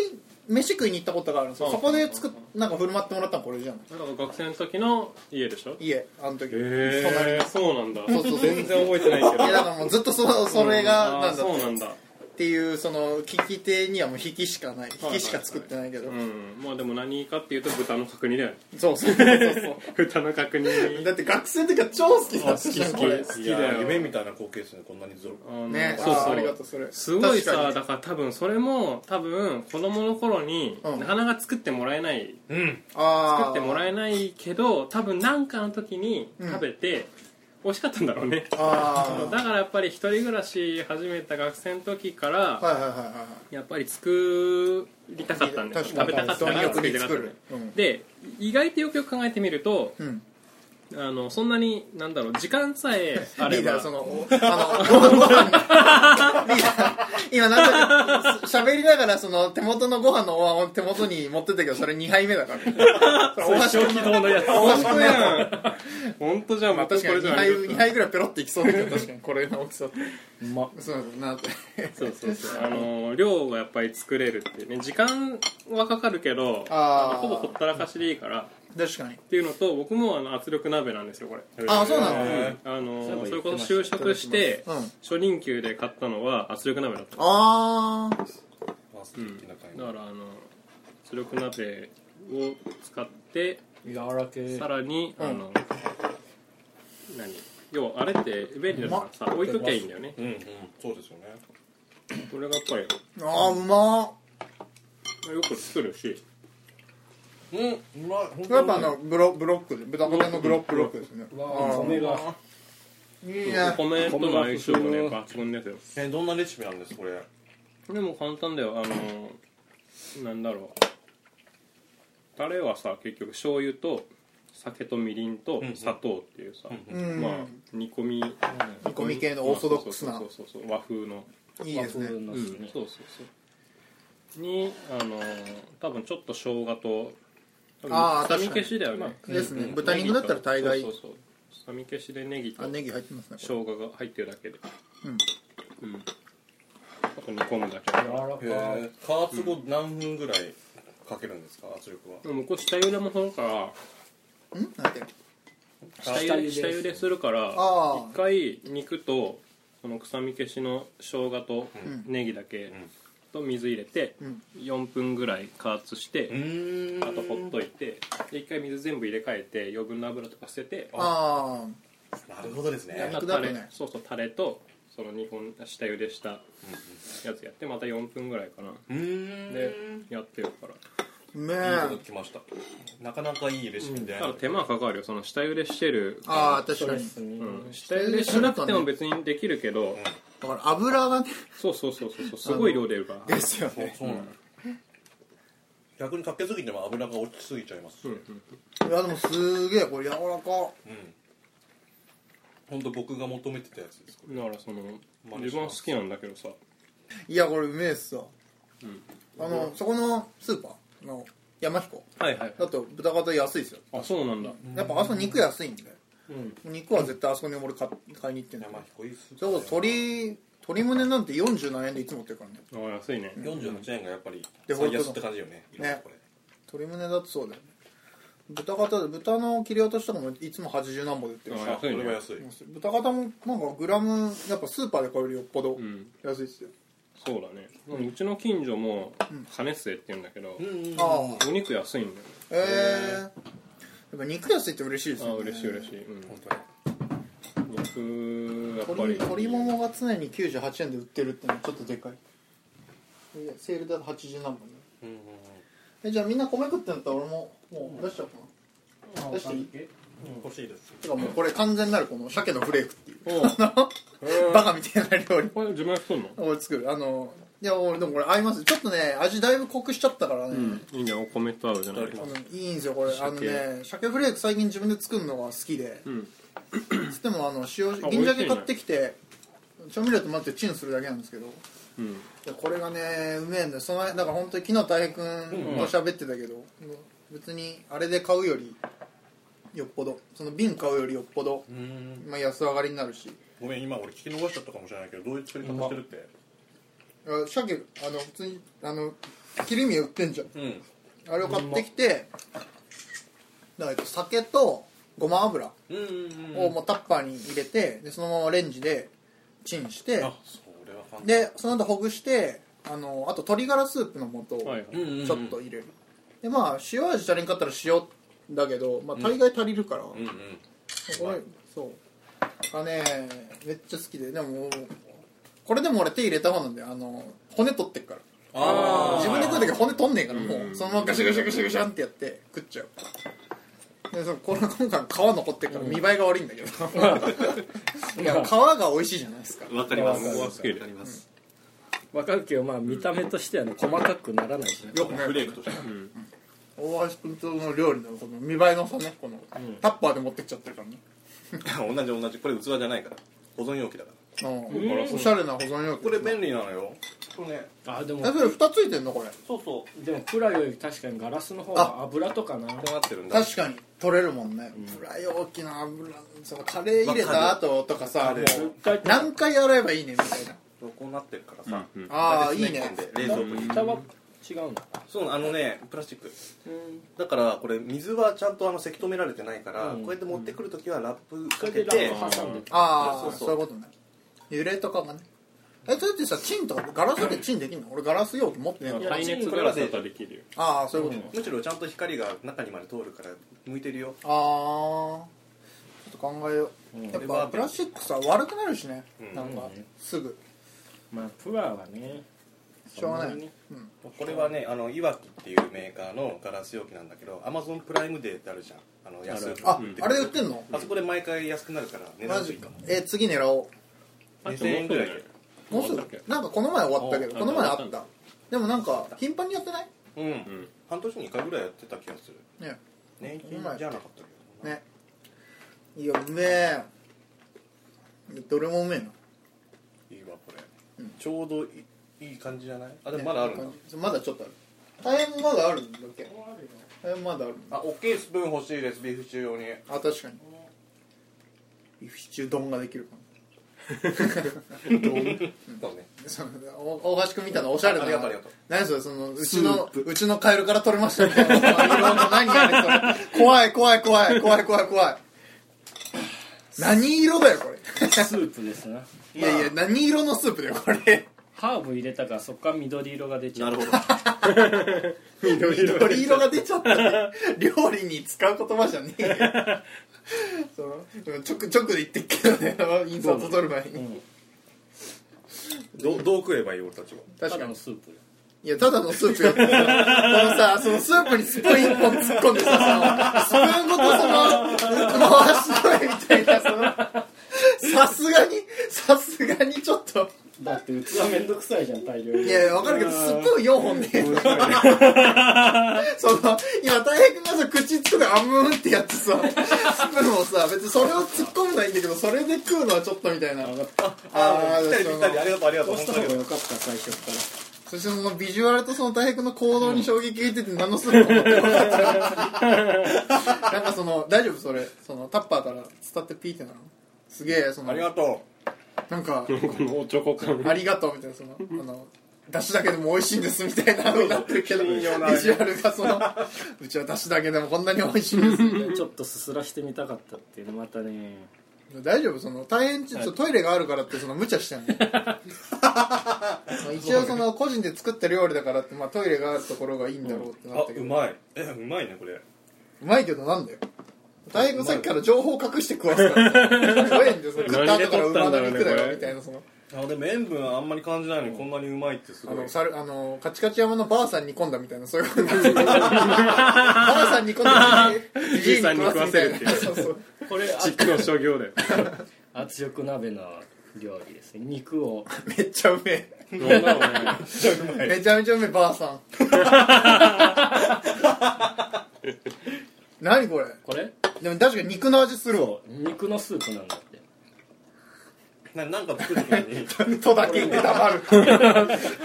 Speaker 2: 飯食いに行ったことがあるんですよ
Speaker 5: うん
Speaker 2: そこで作っなんか振る舞ってもらったのこれじゃん
Speaker 5: だから学生の時の家でしょ
Speaker 2: 家あの時隣
Speaker 5: へえ
Speaker 2: の
Speaker 5: そうなんだ
Speaker 2: そうそうそう
Speaker 5: 全然覚えてないけど
Speaker 2: いやだからもうずっとそそれが
Speaker 5: あ
Speaker 2: な
Speaker 5: ー
Speaker 2: んだ
Speaker 5: そうな
Speaker 2: っ
Speaker 5: んだ
Speaker 2: ていうその聞き手にはもう引きしかない引きしか作ってないけど
Speaker 5: うんまあでも何かっていうと豚の角煮だよね
Speaker 2: そうそうそうそ
Speaker 5: 豚の角煮
Speaker 2: う だって学生の時は超好きだった
Speaker 5: 好き好き
Speaker 2: これ
Speaker 5: 好き
Speaker 1: いや
Speaker 5: だよ
Speaker 1: 夢みたいな光景ですねこんなにゾロ
Speaker 5: あの
Speaker 2: ね
Speaker 5: そう
Speaker 2: あ
Speaker 5: そ
Speaker 2: ー
Speaker 5: う
Speaker 2: ありがとうそれ
Speaker 5: すごい
Speaker 2: 確か
Speaker 5: さ
Speaker 2: に
Speaker 5: だから多分それも多分子供の頃に
Speaker 2: うん
Speaker 5: なかなか作ってもらえない
Speaker 1: うん
Speaker 2: あー
Speaker 5: 作ってもらえないけど多分何かの時に食べて美味しかったんだろうね
Speaker 2: あー
Speaker 5: だからやっぱり一人暮らし始めた学生の時から
Speaker 2: はいはいはいはいはい
Speaker 5: やっぱり作りたかったんで
Speaker 2: 確
Speaker 5: す
Speaker 2: か
Speaker 5: 食
Speaker 2: に
Speaker 5: べたかったから
Speaker 2: 貪欲
Speaker 5: 作り
Speaker 2: に
Speaker 5: たかった
Speaker 2: 作
Speaker 5: ん
Speaker 2: る
Speaker 5: で
Speaker 2: うん
Speaker 5: で意外とよくよく考えてみると
Speaker 2: うん
Speaker 5: あのそんなになんだろう時間さえ あ
Speaker 2: リ
Speaker 5: れ
Speaker 2: ーダ
Speaker 5: ば
Speaker 2: ーそのおあのご飯ご飯リーダー今なんか喋りながらその手元のご飯のお椀を手元に持ってったけどそれ2杯目だ からそれお箸
Speaker 5: 小気道のやつ
Speaker 2: お箸のや
Speaker 5: 本当じゃあ
Speaker 2: まあ
Speaker 5: 僕
Speaker 2: 確
Speaker 5: こ
Speaker 2: かに
Speaker 5: れ
Speaker 2: 2杯
Speaker 5: じゃあ
Speaker 2: 2杯ぐらいペロっていきそうだけ ど確かにこれの大きさって
Speaker 3: うまっ
Speaker 2: そうなんだなって
Speaker 5: そうそうそうあの量がやっぱり作れるっていうね時間はかかるけど
Speaker 2: あー
Speaker 5: ほぼほったらかしでいいから
Speaker 2: 確かに
Speaker 5: っていうのと僕もあの圧力鍋なんですよこれ
Speaker 2: ああそうなのうん
Speaker 1: へ
Speaker 5: あの
Speaker 3: そういえば言ってました
Speaker 5: それこそ就職して初任給で買ったのは圧力鍋だっただか
Speaker 2: ああ
Speaker 1: まあ素敵な感じ
Speaker 5: らあの圧力鍋を使って
Speaker 3: 柔らけ
Speaker 5: さらにあの何要はあれって便利だからさ置いときゃいいんだよね
Speaker 1: うんうんそうですよね
Speaker 5: これがやっぱり
Speaker 2: あーうまー
Speaker 5: よく作るし
Speaker 1: うんうまい本
Speaker 2: やっぱあのブロブロックで豚骨のブロックブロックですね
Speaker 3: わあ
Speaker 2: あー
Speaker 3: 米が
Speaker 2: いい
Speaker 5: お
Speaker 2: ね
Speaker 5: 米との相性がね抜群ですよ
Speaker 1: えどんなレシピなんですこれ
Speaker 5: これも簡単だよあのなんだろうタレはさ結局醤油と酒とみりんと
Speaker 1: んうん
Speaker 5: 砂糖っていうさ、
Speaker 2: うん
Speaker 5: まあ煮込み
Speaker 2: 煮込み系のオーソドックスな
Speaker 5: そうそうそうそう和風の、
Speaker 2: いいですね
Speaker 3: 和風の
Speaker 5: うん
Speaker 3: ですね
Speaker 5: そうそうそうにあの多分ちょっと生姜と多分
Speaker 2: あー確かに
Speaker 5: 臭み消しだよね、
Speaker 2: ですね豚肉だったら大概
Speaker 5: そうそうそう臭み消しでネギと
Speaker 2: あネギ入ってますねこれ
Speaker 5: 生姜が入ってるだけで
Speaker 2: うん
Speaker 5: うんあと煮込むだけ
Speaker 3: 柔らか
Speaker 1: へえ加圧後何分ぐらいかけるんですか圧力は
Speaker 5: でもこう下茹でもするから
Speaker 2: んなんて
Speaker 5: 下茹で
Speaker 3: 下
Speaker 5: 下
Speaker 3: 茹です
Speaker 5: 茹でするから
Speaker 2: あー
Speaker 5: 一回肉とその臭み消しの生姜と
Speaker 2: ん
Speaker 5: ネギだけと水入れて
Speaker 2: うん
Speaker 5: 4分ぐらい加圧して
Speaker 1: ん
Speaker 5: あとほっといてで一回水全部入れ替えて余分な油とか捨てて
Speaker 2: ああ
Speaker 1: なるほどですね
Speaker 2: や
Speaker 5: まあ
Speaker 2: 楽だ
Speaker 5: タ
Speaker 2: とね
Speaker 5: レそうそうタレとその2本下茹でしたやつやってまた4分ぐらいかな
Speaker 1: うーん
Speaker 5: でやってるから
Speaker 2: うめえ
Speaker 1: いいこと聞きましたなかなかいいレシピみたい
Speaker 5: た
Speaker 1: な、
Speaker 5: だ手間かかるよその下茹でしてる
Speaker 2: ああ確かに
Speaker 5: うん下茹でしなくても別にできるけど、
Speaker 2: だから油がね
Speaker 5: そうそうそうそうそうすごい量出るから
Speaker 2: ですよ
Speaker 1: そう
Speaker 2: ね
Speaker 1: そうなの、逆にかけすぎても油が落ちすぎちゃいます、
Speaker 5: う
Speaker 1: うんん
Speaker 5: うん
Speaker 2: いやでもすげえこれ柔らか
Speaker 1: ほんと僕が求めてたやつですこれ
Speaker 5: だからその
Speaker 1: 真似します
Speaker 5: 自分は好きなんだけどさ
Speaker 2: いやこれうめえっすわ、あのそこのスーパーの山彦
Speaker 5: はいはい
Speaker 2: だと豚肩安いですよ
Speaker 5: あそうなんだ
Speaker 2: やっぱあそこ肉安いんで
Speaker 5: うん
Speaker 2: 肉は絶対あそこに俺買買いに行ってんだよ
Speaker 1: 山彦いいっすね
Speaker 2: それこそ鶏鶏胸なんて40何円でいつも持ってるからね
Speaker 5: あ安いね
Speaker 1: 48円がやっぱり
Speaker 2: で
Speaker 1: 最安って感じよね
Speaker 2: 当だ
Speaker 1: これ
Speaker 2: 鶏胸だとそうだよね豚肩で豚の切り落としとかもいつも80何本で売ってるし
Speaker 5: あ安
Speaker 1: こ
Speaker 5: い
Speaker 1: れは
Speaker 5: ね
Speaker 1: 安い
Speaker 2: 豚肩もなんかグラムやっぱスーパーで買えるよりよっぽど
Speaker 5: うん
Speaker 2: 安いっすよ、
Speaker 5: そうだねうちの近所も金末って言うんだけど
Speaker 2: ああ
Speaker 5: お肉安いんだよね
Speaker 2: えー、やっぱ肉安いって嬉しいです
Speaker 5: あ
Speaker 2: よ、ね、
Speaker 5: 嬉しい嬉しい、うん、
Speaker 1: 本当に
Speaker 5: 肉やっぱ
Speaker 2: 鶏
Speaker 5: り
Speaker 2: 鶏ももが常に98円で売ってるってのはちょっとでかいいやセールだと80何本ね
Speaker 1: うんうんうん
Speaker 2: えじゃあみんな米食ってんだったら俺ももう出しちゃおうかな、出していい
Speaker 1: 欲しいです
Speaker 2: てかもうこれ完全なるこの鮭のフレークっていう
Speaker 5: おう
Speaker 2: バカみたいな料理
Speaker 5: これ自分で作るの
Speaker 2: 俺作るあのいや俺でもこれ合いますちょっとね味だいぶ濃くしちゃったからね、
Speaker 5: うんいいねお米と合うじゃない
Speaker 1: いただき
Speaker 2: あ
Speaker 1: ま
Speaker 2: のいいんですよこれあのね鮭フレーク最近自分で作るのが好きで、
Speaker 5: ん
Speaker 2: つってもあの塩
Speaker 5: あ
Speaker 2: 銀鮭買ってきて調味料と混ぜてチンするだけなんですけど
Speaker 5: うん
Speaker 2: でこれがねうめえんだよそのだから本当に昨日たい平君と喋ってたけど、うん別にあれで買うよりよっぽどその瓶買うよりよっぽど、
Speaker 1: うん
Speaker 2: まあ、安上がりになるし
Speaker 1: ごめん今俺聞き逃しちゃったかもしれないけどどういう作り方してるって
Speaker 2: あ鮭あの普通にあの切り身売ってんじゃん
Speaker 1: うん
Speaker 2: あれを買ってきてだからえっと酒とごま油
Speaker 1: うんうんうん
Speaker 2: をもうタッパーに入れてでそのままレンジでチンして
Speaker 1: あそれは簡単
Speaker 2: でその後ほぐしてあのあと鶏ガラスープの素を
Speaker 5: はいはい
Speaker 1: うんうんうん
Speaker 2: ちょっと入れるでまあ塩味足りんかったら塩だけど、まあ、大概足りるから、
Speaker 1: うんうん
Speaker 2: これそうあねめっちゃ好きででもこれでも俺手入れた方なんだよあの骨取ってっから
Speaker 1: あ
Speaker 2: 自分で食う時骨取んねえからもうそのままガシャガシャガシャガシャンってやって食っちゃうでそのこの今回皮残ってるから見栄えが悪いんだ けどいや皮が美味しいじゃないですか
Speaker 1: あわかり
Speaker 5: 僕は好きで
Speaker 1: ります
Speaker 3: 分かるけどまあ見た目としてはね細かくならないしね
Speaker 2: よくね
Speaker 1: フレークとして
Speaker 2: 大橋君との料理のこの見栄えの差ねこの、タッパーで持ってっちゃってるからね
Speaker 1: 同じ同じこれ器じゃないから保存容器だから
Speaker 2: うんおしゃれな保存容器
Speaker 1: これ便利なのよこれね
Speaker 3: あでも
Speaker 2: えそれ蓋ついてんのこれ
Speaker 1: そうそう
Speaker 3: でもプラより確かにガラスの方が油とかな
Speaker 1: こうなってるんだ
Speaker 2: 確かに取れるもんね、フライ大きな油そのカレー入れた
Speaker 1: わか
Speaker 2: 後とかさも
Speaker 1: る
Speaker 2: う何回洗えばいいねみたいな
Speaker 1: こうなってるからさ
Speaker 5: うん
Speaker 2: ああ
Speaker 1: 大
Speaker 2: いい
Speaker 1: 体詰め
Speaker 2: ね
Speaker 1: 込んで冷蔵庫に
Speaker 3: 蓋は違うの
Speaker 1: そうあのねプラスチックだからこれ水はちゃんとあのせき止められてないから、こうやって持ってくるときはラップ
Speaker 3: そ
Speaker 1: か
Speaker 3: れ
Speaker 1: け
Speaker 3: で
Speaker 1: て
Speaker 3: ラップ挟んで
Speaker 2: ああ
Speaker 1: そう
Speaker 2: そ
Speaker 1: そうう
Speaker 2: いうことね揺れとかがねえそれってさチンとかガラスでチンできんの俺ガラス容器持ってねえから
Speaker 5: 耐熱ガラスだったらできるよ
Speaker 2: ああそういうことね、
Speaker 1: むしろちゃんと光が中にまで通るから向いてるよ
Speaker 2: ああちょっと考えよう、やっぱプラスチックさ悪くなるしね、なんかすぐ
Speaker 3: まあプラはね
Speaker 2: しょうがないよ
Speaker 3: そん
Speaker 2: ね
Speaker 3: に
Speaker 1: これはねあのいわきっていうメーカーのガラス容器なんだけどアマゾンプライムデーってあるじゃんあの安く
Speaker 2: あ、
Speaker 1: 売って
Speaker 2: あ
Speaker 1: く
Speaker 2: れ
Speaker 1: る
Speaker 2: で売ってんの、
Speaker 1: あそこで毎回安くなるから値
Speaker 2: マ
Speaker 1: 段つ
Speaker 2: ジ
Speaker 1: い
Speaker 2: か
Speaker 1: かも
Speaker 2: え次狙お
Speaker 1: 2000円ぐらいで
Speaker 2: うもうすぐなんかこの前終わったけど
Speaker 5: あ
Speaker 2: この前あ
Speaker 5: 終わ
Speaker 2: っ
Speaker 5: った
Speaker 2: たでもなんか頻繁にやってない
Speaker 1: うん、
Speaker 5: ん
Speaker 1: 半年に1回ぐらいやってた気がする
Speaker 2: ね
Speaker 1: 年金
Speaker 2: うまい
Speaker 1: じゃなかったけどな
Speaker 2: ねいやうめえどれもうめえない
Speaker 1: いわこれ、ちょうどいいいい感じじゃないあでもまだあるんだ、
Speaker 2: ねまだちょっとある大変まだあるんだっけ大変まだあるんだ
Speaker 1: あ大きいスプーン欲しいですビーフシチュー用に
Speaker 2: あ確かにビーフシチュー丼ができるかも
Speaker 1: そうね
Speaker 2: そのお大橋君みたいなおしゃれな
Speaker 1: ありがとうありがとう
Speaker 2: 何それそのうちのうちのカエルから取れましたみたいな何あれ それ怖い怖い怖い怖い怖い怖い何色だよこれ
Speaker 3: スープですな い
Speaker 2: やいや何色のスープだよこれ
Speaker 3: ハーブ入れたからそこから緑色が出ちゃう
Speaker 1: ほど
Speaker 2: 緑色が出ちゃったね料理に使う言葉じゃねえよそううんちょくちょく言ってっけどねインサート撮る前に、
Speaker 1: どどう食えばいい俺たちは
Speaker 3: た
Speaker 2: 確か
Speaker 3: だ
Speaker 2: に
Speaker 3: のスープよ
Speaker 2: いやただのスープよこのさそのスープにスプーン一本突っ込んでさそのスプーンごとその回しといみたいなそのさすがにさすがにちょっと
Speaker 3: だって器めんどくさいじゃん大量に
Speaker 2: いやいやわかるけどスプーン4本でその今たい平君がさ口つくであむーんってやってさスプーンをさ別にそれを突っ込むのはいいんだけどそれで食うのはちょっとみたいなあ
Speaker 1: ぴ
Speaker 2: ー
Speaker 1: ったりぴったりありがとうありがとう
Speaker 3: こう
Speaker 1: 本
Speaker 3: した
Speaker 1: 当
Speaker 3: 方
Speaker 1: に
Speaker 3: がよかった最初から
Speaker 2: そしてそのビジュアルとその大変の行動に衝撃受けてて何のスープも持ってなかったなんかその大丈夫それそのタッパーから伝ってピーってなのすげえその
Speaker 1: ありがと
Speaker 2: なんか
Speaker 5: このおちょこ感
Speaker 2: ありがとうみたいなそのあの出汁だけでも美味しいんですみたいな風になってるけどビ
Speaker 1: 信
Speaker 2: ジ
Speaker 1: 用ない
Speaker 2: ュアルがその うちは出汁だけでもこんなに美味しいんですみたい
Speaker 3: ちょっとすすらしてみたかったっていうのまたね
Speaker 2: な大丈夫その大変ちょっとトイレがあるからってその無茶 してんの一応その個人で作った料理だからってまあトイレがあるところがいいんだろうって
Speaker 1: う
Speaker 2: なっ
Speaker 1: あ
Speaker 2: たけど
Speaker 1: うまいえうまいねこれ
Speaker 2: うまいけどなんだよだいぶさっきから情報隠して食わすから さすごいんですよ食った後から馬の肉だよみたいなその
Speaker 1: あでも塩分あんまり感じないのにこんなにうまいってす
Speaker 2: あ
Speaker 1: ごい
Speaker 2: のさるあのカチカチ山のばあさん煮込んだみたいなそういう ことになってるばあさん煮込んだ
Speaker 5: じいさんに食わせるっていう
Speaker 2: そうそう
Speaker 3: これ
Speaker 5: ちっの所業だよ
Speaker 3: 圧力鍋の料理ですね肉を
Speaker 2: めっちゃうめえ
Speaker 5: なんだろうね
Speaker 2: めちゃめちゃうめえばあ さん何これ
Speaker 3: これ
Speaker 2: でも確かに肉の味するわ
Speaker 3: 肉のスープなんだって
Speaker 1: ななんか作る時に
Speaker 2: とだけ言って黙る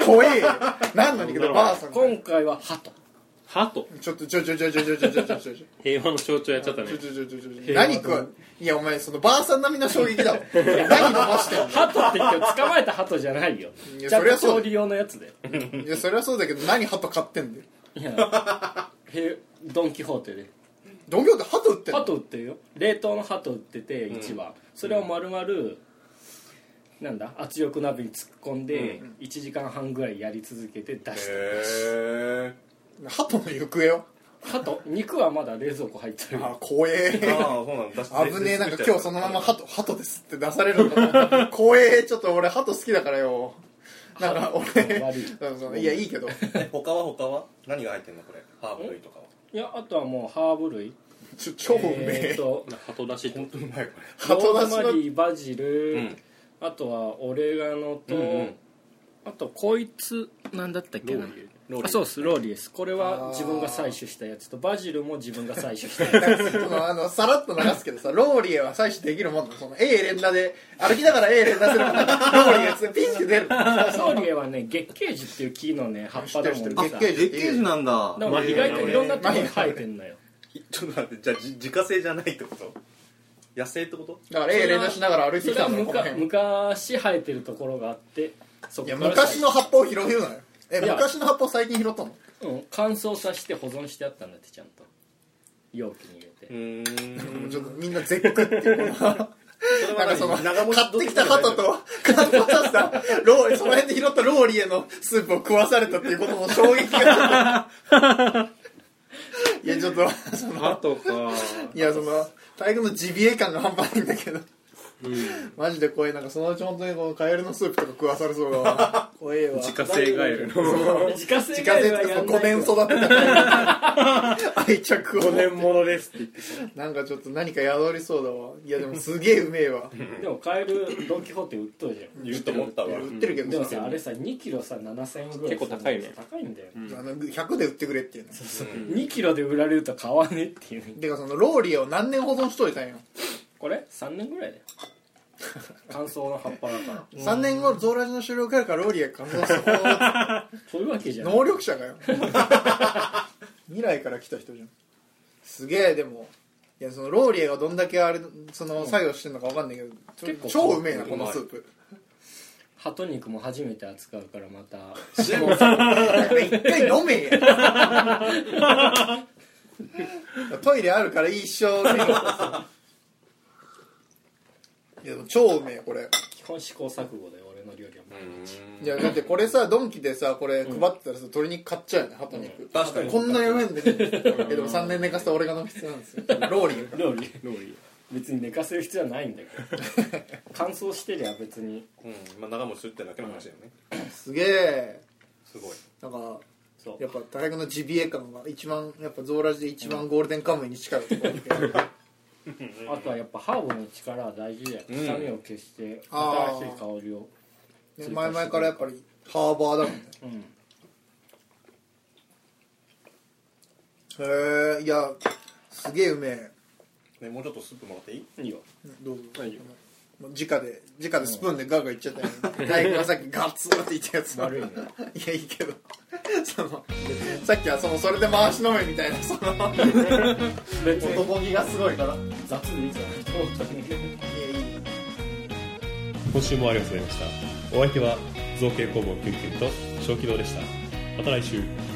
Speaker 2: 怖えよ何の肉だばあさん
Speaker 3: 今回はハト
Speaker 5: 歯と
Speaker 2: ちょっとちょちょちょちょちょちょちょちょちょ
Speaker 5: 平和の象徴やっちゃったね
Speaker 2: ちょちょちょちょちょ何食ういやお前そのばあさん並みの衝撃だわ何伸ばしてん
Speaker 3: ハトって言っても捕まえたハトじゃないよ
Speaker 2: いや
Speaker 3: ちゃん
Speaker 2: そり
Speaker 3: と
Speaker 2: ゃそうだ
Speaker 3: 調理用のやつで
Speaker 2: のいやそれはそうだけど何鳩買ってんだよ
Speaker 3: いやへドン・キホーテで
Speaker 2: 同業で鳩売ってん
Speaker 3: ハ
Speaker 2: の
Speaker 3: ト売ってるよ冷凍のハト売ってて一番、それを丸々、なんだ圧力鍋に突っ込んで1時間半ぐらいやり続けて出して、
Speaker 1: へ
Speaker 2: 鳩の行方を
Speaker 3: ハト肉はまだ冷蔵庫入ってる
Speaker 2: あ怖
Speaker 1: え
Speaker 2: え
Speaker 1: ああそうなんだ
Speaker 2: 危ねえなんか今日そのまま鳩鳩ですって出されるのかと思った怖えちょっと俺鳩好きだからよなんか俺
Speaker 3: 悪い
Speaker 2: うんそういやいいけど
Speaker 1: え他は他は何が入ってんのこれハーブ類とかはい
Speaker 3: やあとはもうハーブ類
Speaker 2: ちょ超うめ
Speaker 3: えー
Speaker 2: え
Speaker 3: と
Speaker 5: 歯と出しって
Speaker 1: 本当うまいこ
Speaker 2: 鳩
Speaker 3: ロ
Speaker 2: 出
Speaker 3: ー
Speaker 2: しの
Speaker 3: ズマリーバジル、
Speaker 1: うん
Speaker 3: あとはオレガノと、
Speaker 1: うんうん
Speaker 3: あとこいつなんだったっけな
Speaker 1: ローリー
Speaker 3: あそうですローリーですこれは自分が採取したやつとバジルも自分が採取 したやつ
Speaker 2: そのあのさらっと流すけどさローリエは採取できるもんだその A 連打で歩きながら A 連打するからローリエがピンって出る
Speaker 3: ローリーはね月桂樹っていう木のね葉っぱだもん
Speaker 2: 月
Speaker 3: さ
Speaker 2: 桂
Speaker 1: れ月桂樹なんだ
Speaker 3: だから意外といろんなとこに生えてんのよ
Speaker 1: ちょっと待ってじゃあじ自家製じゃないってこと野生ってこと
Speaker 2: だから A 連打しながら歩いて
Speaker 3: そ
Speaker 2: き
Speaker 3: れ
Speaker 2: た
Speaker 3: は
Speaker 2: の
Speaker 3: む
Speaker 2: この
Speaker 3: か
Speaker 2: 辺い
Speaker 3: 昔生えてるところがあってそこ
Speaker 2: や
Speaker 3: から
Speaker 2: 昔の葉っぱを拾うなよえ
Speaker 3: いや
Speaker 2: 昔の葉っぱを最近拾ったの
Speaker 3: うん、乾燥させて保存してあったんだってちゃんと容器に入れ
Speaker 1: う
Speaker 3: て、
Speaker 1: ーん
Speaker 2: ちょっとみんな絶句っていうこ
Speaker 1: それ
Speaker 2: のなんか
Speaker 1: 何
Speaker 2: その
Speaker 1: 長持ち
Speaker 2: 買ってきた鳩と買ってきたさローリその辺で拾ったローリエのスープを食わされたっていうことの衝撃がちょっといやちょっとその
Speaker 5: 歯とか
Speaker 2: いやその大学のジビエ感が半端ないんだけど
Speaker 5: うん
Speaker 2: マジで怖いなんかそのうち本当にこのカエルのスープとか食わされそうだわ怖えわ
Speaker 5: 自家製ガエルの
Speaker 3: 自家製
Speaker 2: 自
Speaker 3: ガ
Speaker 2: 家
Speaker 3: エ
Speaker 2: 製
Speaker 3: ルは
Speaker 2: とか
Speaker 3: やんない
Speaker 2: 5年育てたから愛着を
Speaker 5: 5年ものですって言って
Speaker 2: なんかちょっと何か宿りそうだわいやでもすげえうめえわ
Speaker 3: でも買えるドン・キホーテ売っとるじゃ
Speaker 1: 言うと思ったわ
Speaker 2: 売ってるけ
Speaker 3: んで
Speaker 2: ど
Speaker 3: も
Speaker 2: さ、
Speaker 3: さあれさ2キロさ7000円ぐらい
Speaker 5: 結構高いね
Speaker 3: 高いんだよ、
Speaker 2: あの100で売ってくれっていうの
Speaker 3: 2キロで売られると買わねえっていうね
Speaker 2: てかそのローリエを何年保存しといたんよ
Speaker 3: これ3年ぐらい だよ乾燥の葉っぱだから
Speaker 2: 3年後ゾーラジの収録やるからローリエ完成する
Speaker 3: そういうわけじゃない
Speaker 2: 能力者がよ未来から来た人じゃんすげえでもいやそのローリエがどんだけあれその作業してんのかわかんないけど、ちょ
Speaker 3: 結構
Speaker 2: 超うめえなこのスープ
Speaker 3: 鳩肉も初めて扱うからまた
Speaker 2: 一回飲めやトイレあるから一生飲めよいやでも超うめえこれ
Speaker 3: 基本試行錯誤で俺の料理は毎日
Speaker 2: いやだってこれさドンキでさこれ配ってたらさ、鶏肉買っちゃうよね鳩肉、
Speaker 1: 確かに
Speaker 2: こんなにうめえんだけどいやでも3年寝かせた俺が飲む必要なんですよローリエが
Speaker 3: 料理
Speaker 5: ローリ
Speaker 3: 別に寝かせる必要はないんだ けど乾燥してりゃ別に
Speaker 1: うんまあ長持ちするってだけの話だよね、
Speaker 2: すげえ
Speaker 1: すごい
Speaker 2: なんか
Speaker 3: そう
Speaker 2: やっぱ大学のジビエ感が一番やっぱゾーラジで一番ゴールデンカムイに近いところだけど
Speaker 3: あとはやっぱハーブの力は大事だよ
Speaker 1: うん
Speaker 3: 臭みを消して
Speaker 2: あー
Speaker 3: 新しい香りを
Speaker 2: ね前々からやっぱりハーバーだもんね
Speaker 3: うん
Speaker 2: へえいやすげえうめえ
Speaker 1: ねもうちょっとスープもらっていい
Speaker 3: いいよ
Speaker 2: どうぞ
Speaker 5: はいよ
Speaker 2: もう直で直でスプーンでガーガーいっちゃったよね大工がさっきガツーっていったやつ
Speaker 3: 悪いね
Speaker 2: いやいいけどそのさっきはそのそれで回し飲めみたいなその
Speaker 3: 別に
Speaker 2: 男気がすごいからい
Speaker 3: 雑でいいじゃん本当に
Speaker 2: やいい
Speaker 6: 今週もありがとうございましたお相手は造形工房キュンキュンと小気道でしたまた来週